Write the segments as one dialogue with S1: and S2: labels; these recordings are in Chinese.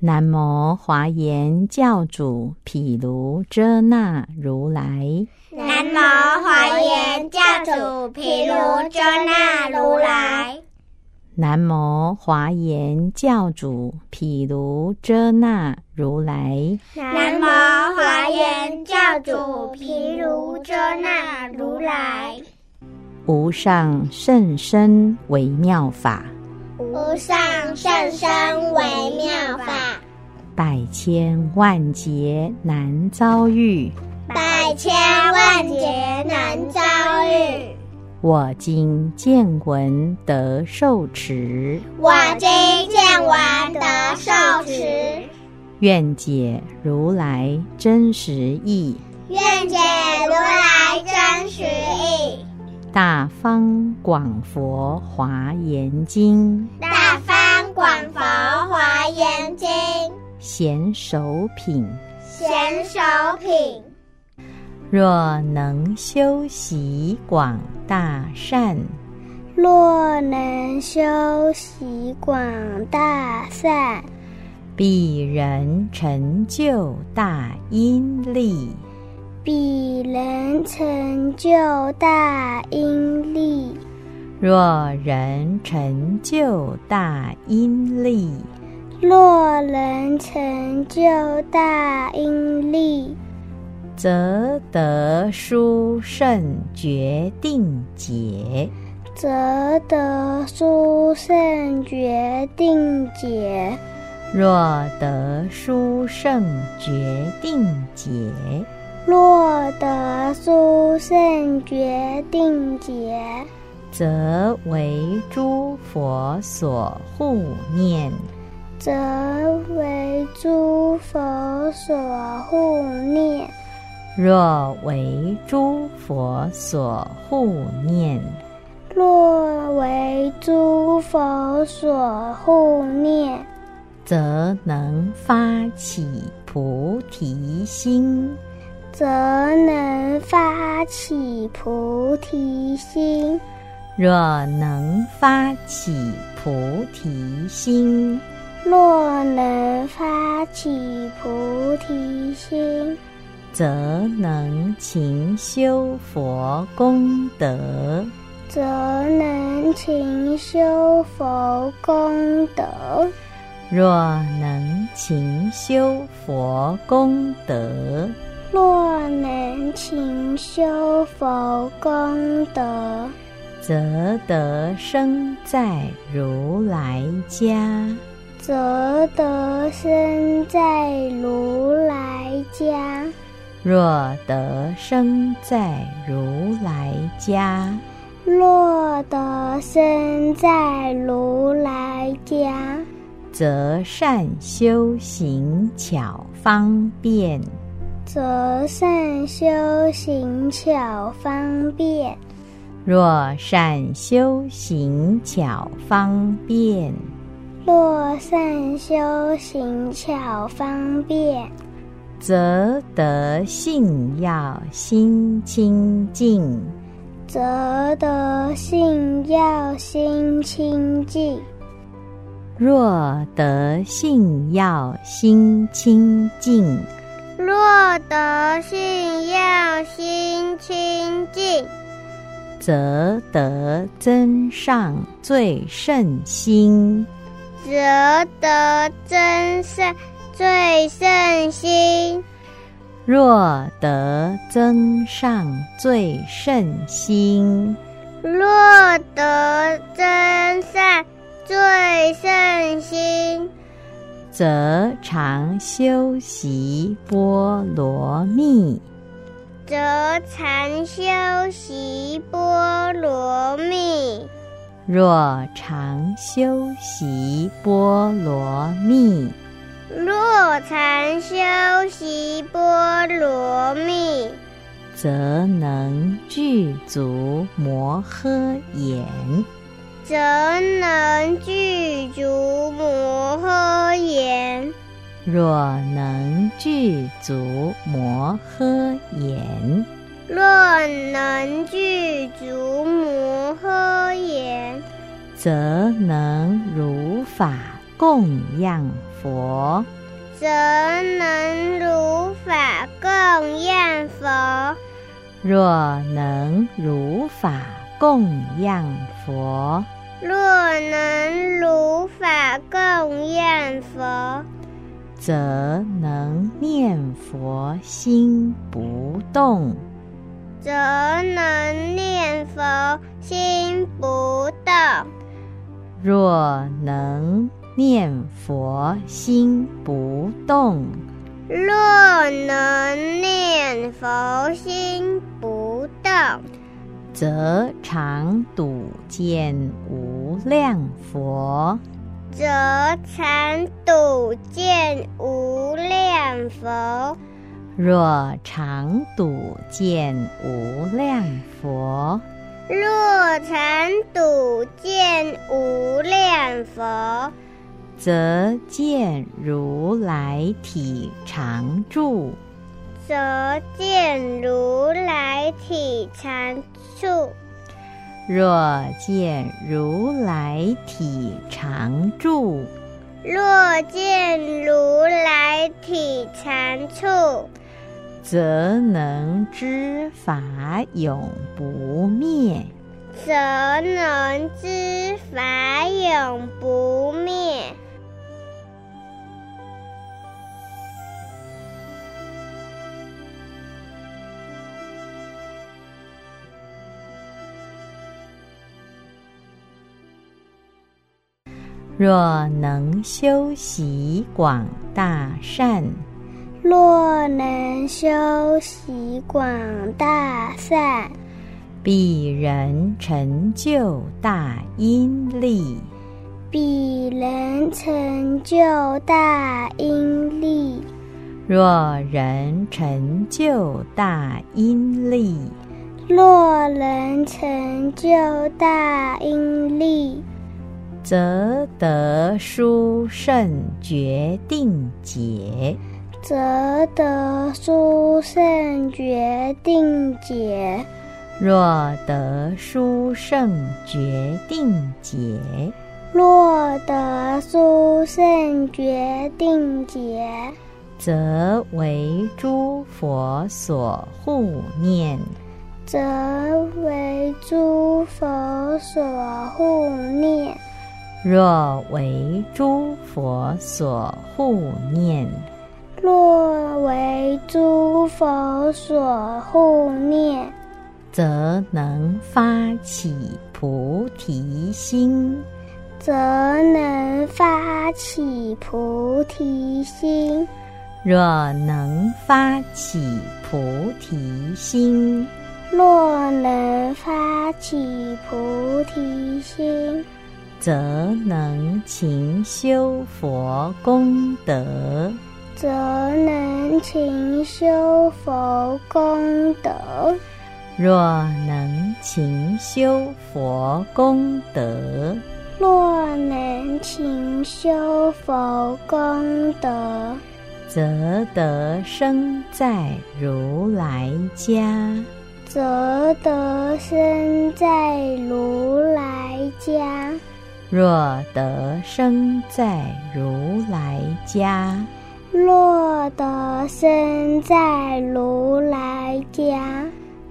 S1: 南无华严教主毗卢遮那如来。
S2: 南无华严教主毗卢遮那如来。
S1: 南无华严教主毗卢遮那如来。
S2: 南无华严教主毗卢遮那如来。
S1: 无上甚深微妙法，
S2: 无上甚深微妙法，
S1: 百千万劫难遭遇。
S2: 百千万劫难遭遇。
S1: 我今见闻得受持，
S2: 我今见闻得受持，
S1: 愿解如来真实义，
S2: 愿解如来真实义。
S1: 《大方广佛华严经》
S2: 大方广佛华严经，
S1: 贤首品。
S2: 贤首品。
S1: 若能修习广大善，
S3: 若能修习广大善，
S1: 必然成就大因力。
S3: 必能成就大因力。
S1: 若人成就大因力，
S3: 若能成就大因力，
S1: 则得殊胜决定解。
S3: 则得殊胜决定解。
S1: 若得殊胜决定解，
S3: 若得殊胜决定解，
S1: 则为诸佛所护念。
S3: 则为诸佛所护念。
S1: 若为诸佛所护念，
S3: 若为诸佛所护念，
S1: 则能发起菩提心。
S3: 则能发起菩提心。
S1: 若能发起菩提心，
S3: 若能发起菩提心，
S1: 则能勤修佛功德。
S3: 则能勤修佛功德。
S1: 若能勤修佛功德，
S3: 若能勤修佛功德，
S1: 则得生在如来家。
S3: 则得生在如来家。
S1: 若得生在如来家，
S3: 若得生在如来家，
S1: 则善修行巧方便。
S3: 则善修行巧方便。
S1: 若善修行巧方便，
S3: 若善修行巧方便，
S1: 则得信要心清净，
S3: 则得信要心清净。
S1: 若得信要心清净，
S2: 若得信要心清净，
S1: 则得增上最胜心。
S2: 则得真善最胜心。
S1: 若得增上最胜心，
S2: 若得真善最胜心，
S1: 则常修习波罗蜜。
S2: 则常修习波罗蜜。
S1: 若常修习波罗蜜，
S2: 若常修习波罗蜜。
S1: 则能具足摩诃眼，
S2: 则能具足摩诃言。
S1: 若能具足摩诃眼，
S2: 若能具足摩诃言，
S1: 则能如法供养佛。
S2: 则能如法供养佛。
S1: 若能如法供养佛，
S2: 若能如法供养佛，
S1: 则能念佛心不动，
S2: 则能念佛心不动。
S1: 若能念佛心不动，
S2: 若能念佛心不动，
S1: 则常睹见无量佛。
S2: 则常睹见无量佛。
S1: 若常睹见无量佛，
S2: 若常睹见无量佛，
S1: 则见如来体常住，
S2: 则见如来体常处。
S1: 若见如来体常住，
S2: 若见如来体常处，
S1: 则能知法永不灭。
S2: 则能知法永不灭。
S1: 若能修习广大善，
S3: 若能修习广大善，
S1: 必然成就大因力。
S3: 必能成就大因力。
S1: 若人成就大因力，
S3: 若能成就大因力，
S1: 则得殊胜决定解。
S3: 则得殊胜决定解。
S1: 若得殊胜决定解，
S3: 若得殊胜决定解，
S1: 则为诸佛所护念。
S3: 则为诸佛所护念。
S1: 若为诸佛所护念，
S3: 若为诸佛所护念，
S1: 则能发起菩提心。
S3: 则能发起菩提心。
S1: 若能发起菩提心，
S3: 若能发起菩提心，
S1: 则能勤修佛功德。
S3: 则能勤修佛功德。
S1: 若能勤修佛功德，
S3: 若能勤修佛功德，
S1: 则得生在如来家。
S3: 则得生在如来家。
S1: 若得生在如来家，
S3: 若得生在如来家，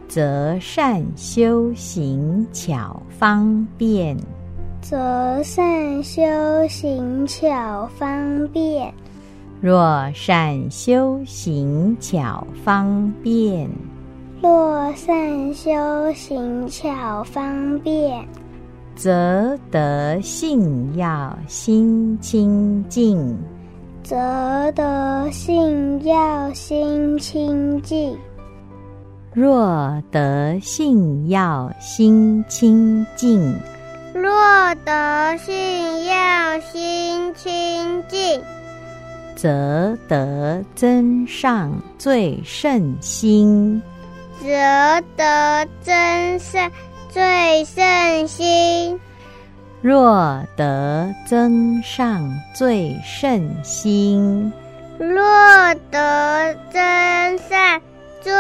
S1: 则善修行巧方便，
S3: 则善修行巧方便。
S1: 若善修行巧方便，
S3: 若善修行巧方便，
S1: 则得信要心清净，
S3: 则得信要心清净。
S1: 若得信要心清净，
S2: 若得信要心清净，
S1: 则得增上最胜心。
S3: 则得真善最甚心。
S1: 若得增上最甚心，
S3: 若得真善最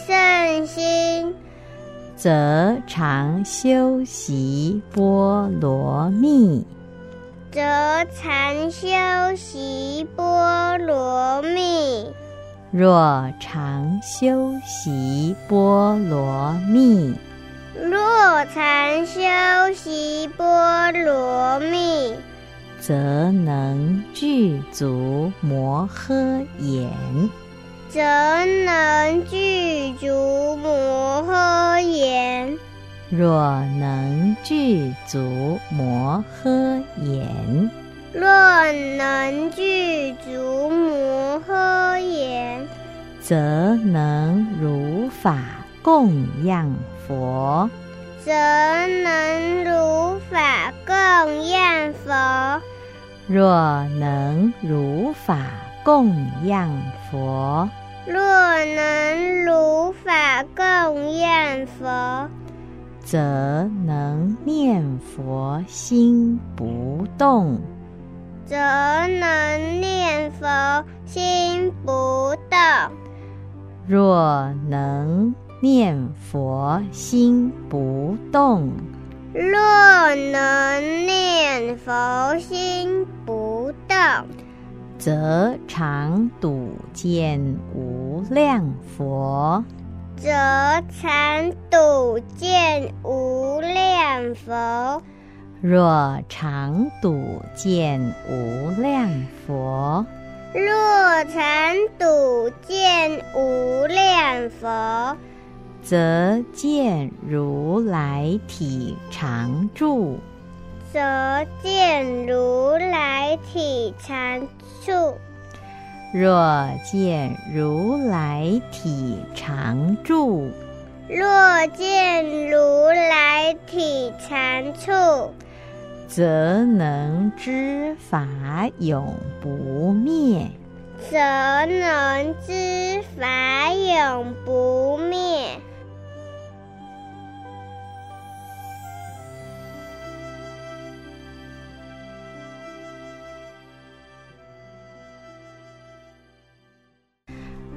S3: 甚心，
S1: 则常修习波罗蜜。
S3: 则常修习波罗蜜。
S1: 若常修习波罗蜜，
S3: 若常修习波罗蜜，
S1: 则能具足摩诃眼，
S3: 则能具足摩诃言。
S1: 若能具足摩诃眼，
S3: 若能具足摩诃言，
S1: 则能如法供养佛。
S3: 则能如法供养佛。
S1: 若能如法供养佛，
S3: 若能如法供养佛，
S1: 则能念佛心不动，
S3: 则能念佛心不动。
S1: 若能念佛心不动，
S3: 若能念佛心不动，
S1: 则常睹见无量佛。
S3: 则常睹见无量佛。
S1: 若常睹见无量佛，
S3: 若常睹见无量佛，
S1: 则见如来体常住，
S3: 则见如来体常处。
S1: 若见如来体常住，
S3: 若见如来体常处，
S1: 则能知法永不灭。
S3: 则能知法永不灭。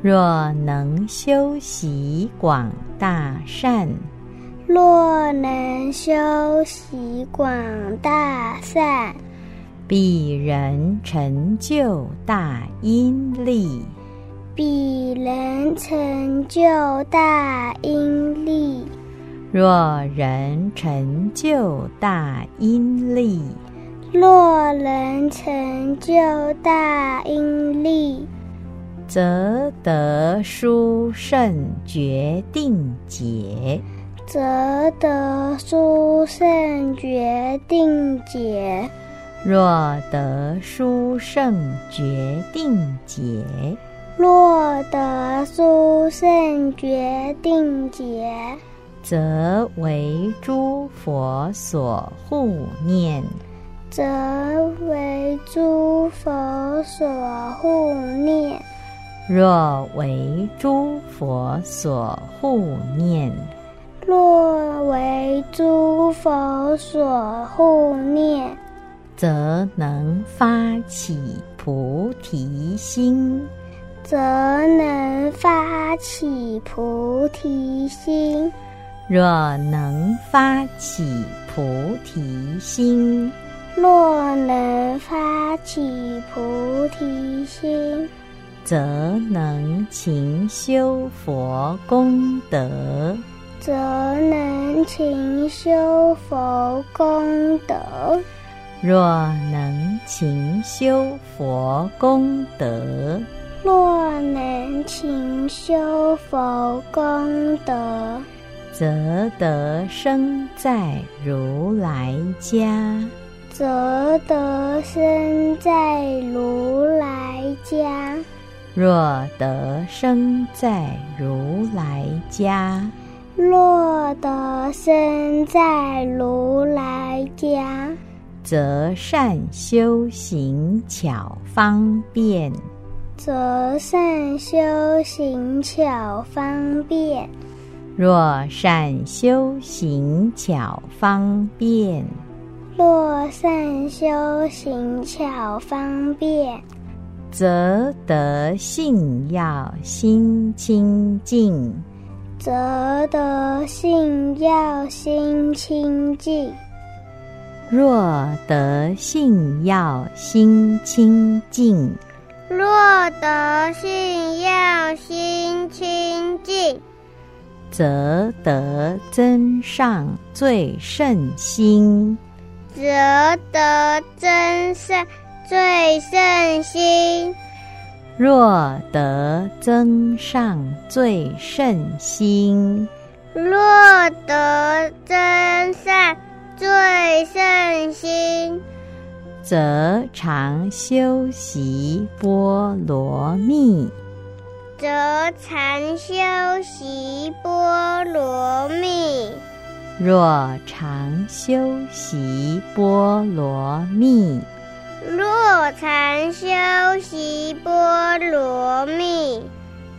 S1: 若能修习广大善，
S3: 若能修习广大善，
S1: 必然成就大因力。
S3: 彼能成就大因力。
S1: 若人成就大因力，
S3: 若能成就大因力，
S1: 则得殊胜决定解。
S3: 则得殊胜决定解。
S1: 若得殊胜决定解，
S3: 若得殊胜决定解，
S1: 则为诸佛所护念。
S3: 则为诸佛所护念。
S1: 若为诸佛所护念，
S3: 若为诸佛所护念，
S1: 则能发起菩提心。
S3: 则能发起菩提心。
S1: 若能发起菩提心，
S3: 若能发起菩提心，
S1: 则能勤修佛功德。
S3: 则能勤修佛功德。
S1: 若能勤修佛功德，
S3: 若能勤修佛功德，
S1: 则得生在如来家。
S3: 则得生在如来家。
S1: 若得生在如来家，
S3: 若得生在如来家，
S1: 则善修行巧方便，
S3: 则善修行巧方便，
S1: 若善修行巧方便，
S4: 若善修行巧方便，
S1: 则得信要心清净。
S4: 则得信要心清净。
S1: 若得信要心清净，
S3: 若得信要心清净，
S1: 则得增上最胜心。
S3: 则得真善最胜心。
S1: 若得增上最胜心，
S3: 若得真善最胜心，
S1: 则常修习波罗蜜。
S3: 则常修习波罗蜜。
S1: 若常修习波罗蜜，
S3: 若常修习波罗蜜，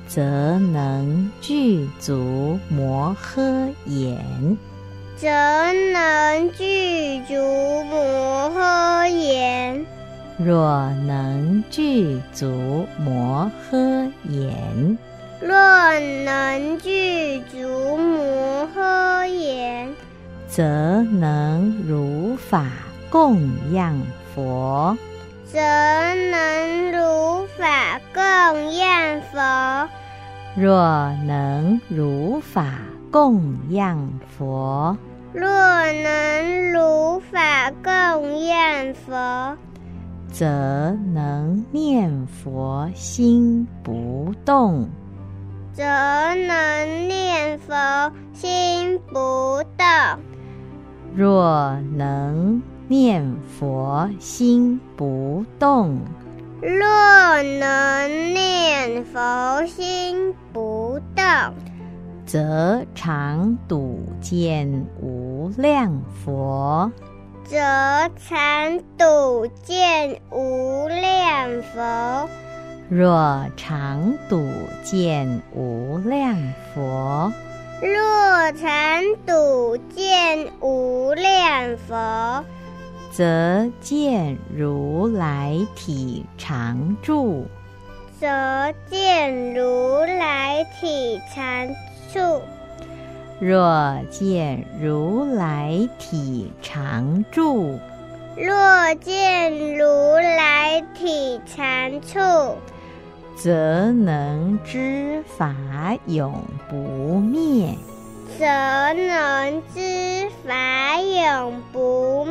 S1: 则能具足摩诃眼。
S3: 则能具足摩诃言。
S1: 若能具足摩诃眼，
S3: 若能具足摩诃言，
S1: 则能如法供养佛。
S3: 则能如法供养佛。
S1: 若能如法供养佛，
S3: 若能如法供养佛，
S1: 则能念佛心不动，
S3: 则能念佛心不动。
S1: 若能念佛心不动，
S3: 若能念佛心不动，
S1: 则常睹见无量佛。
S3: 则常睹见无量佛。
S1: 若常睹见无量佛，
S3: 若常睹见无量佛，
S1: 则见如来体常住。
S3: 则见如来体常处。
S1: 若见如来体常住，
S3: 若见如来体常处，
S1: 则能知法永不灭。
S3: 则能知法永不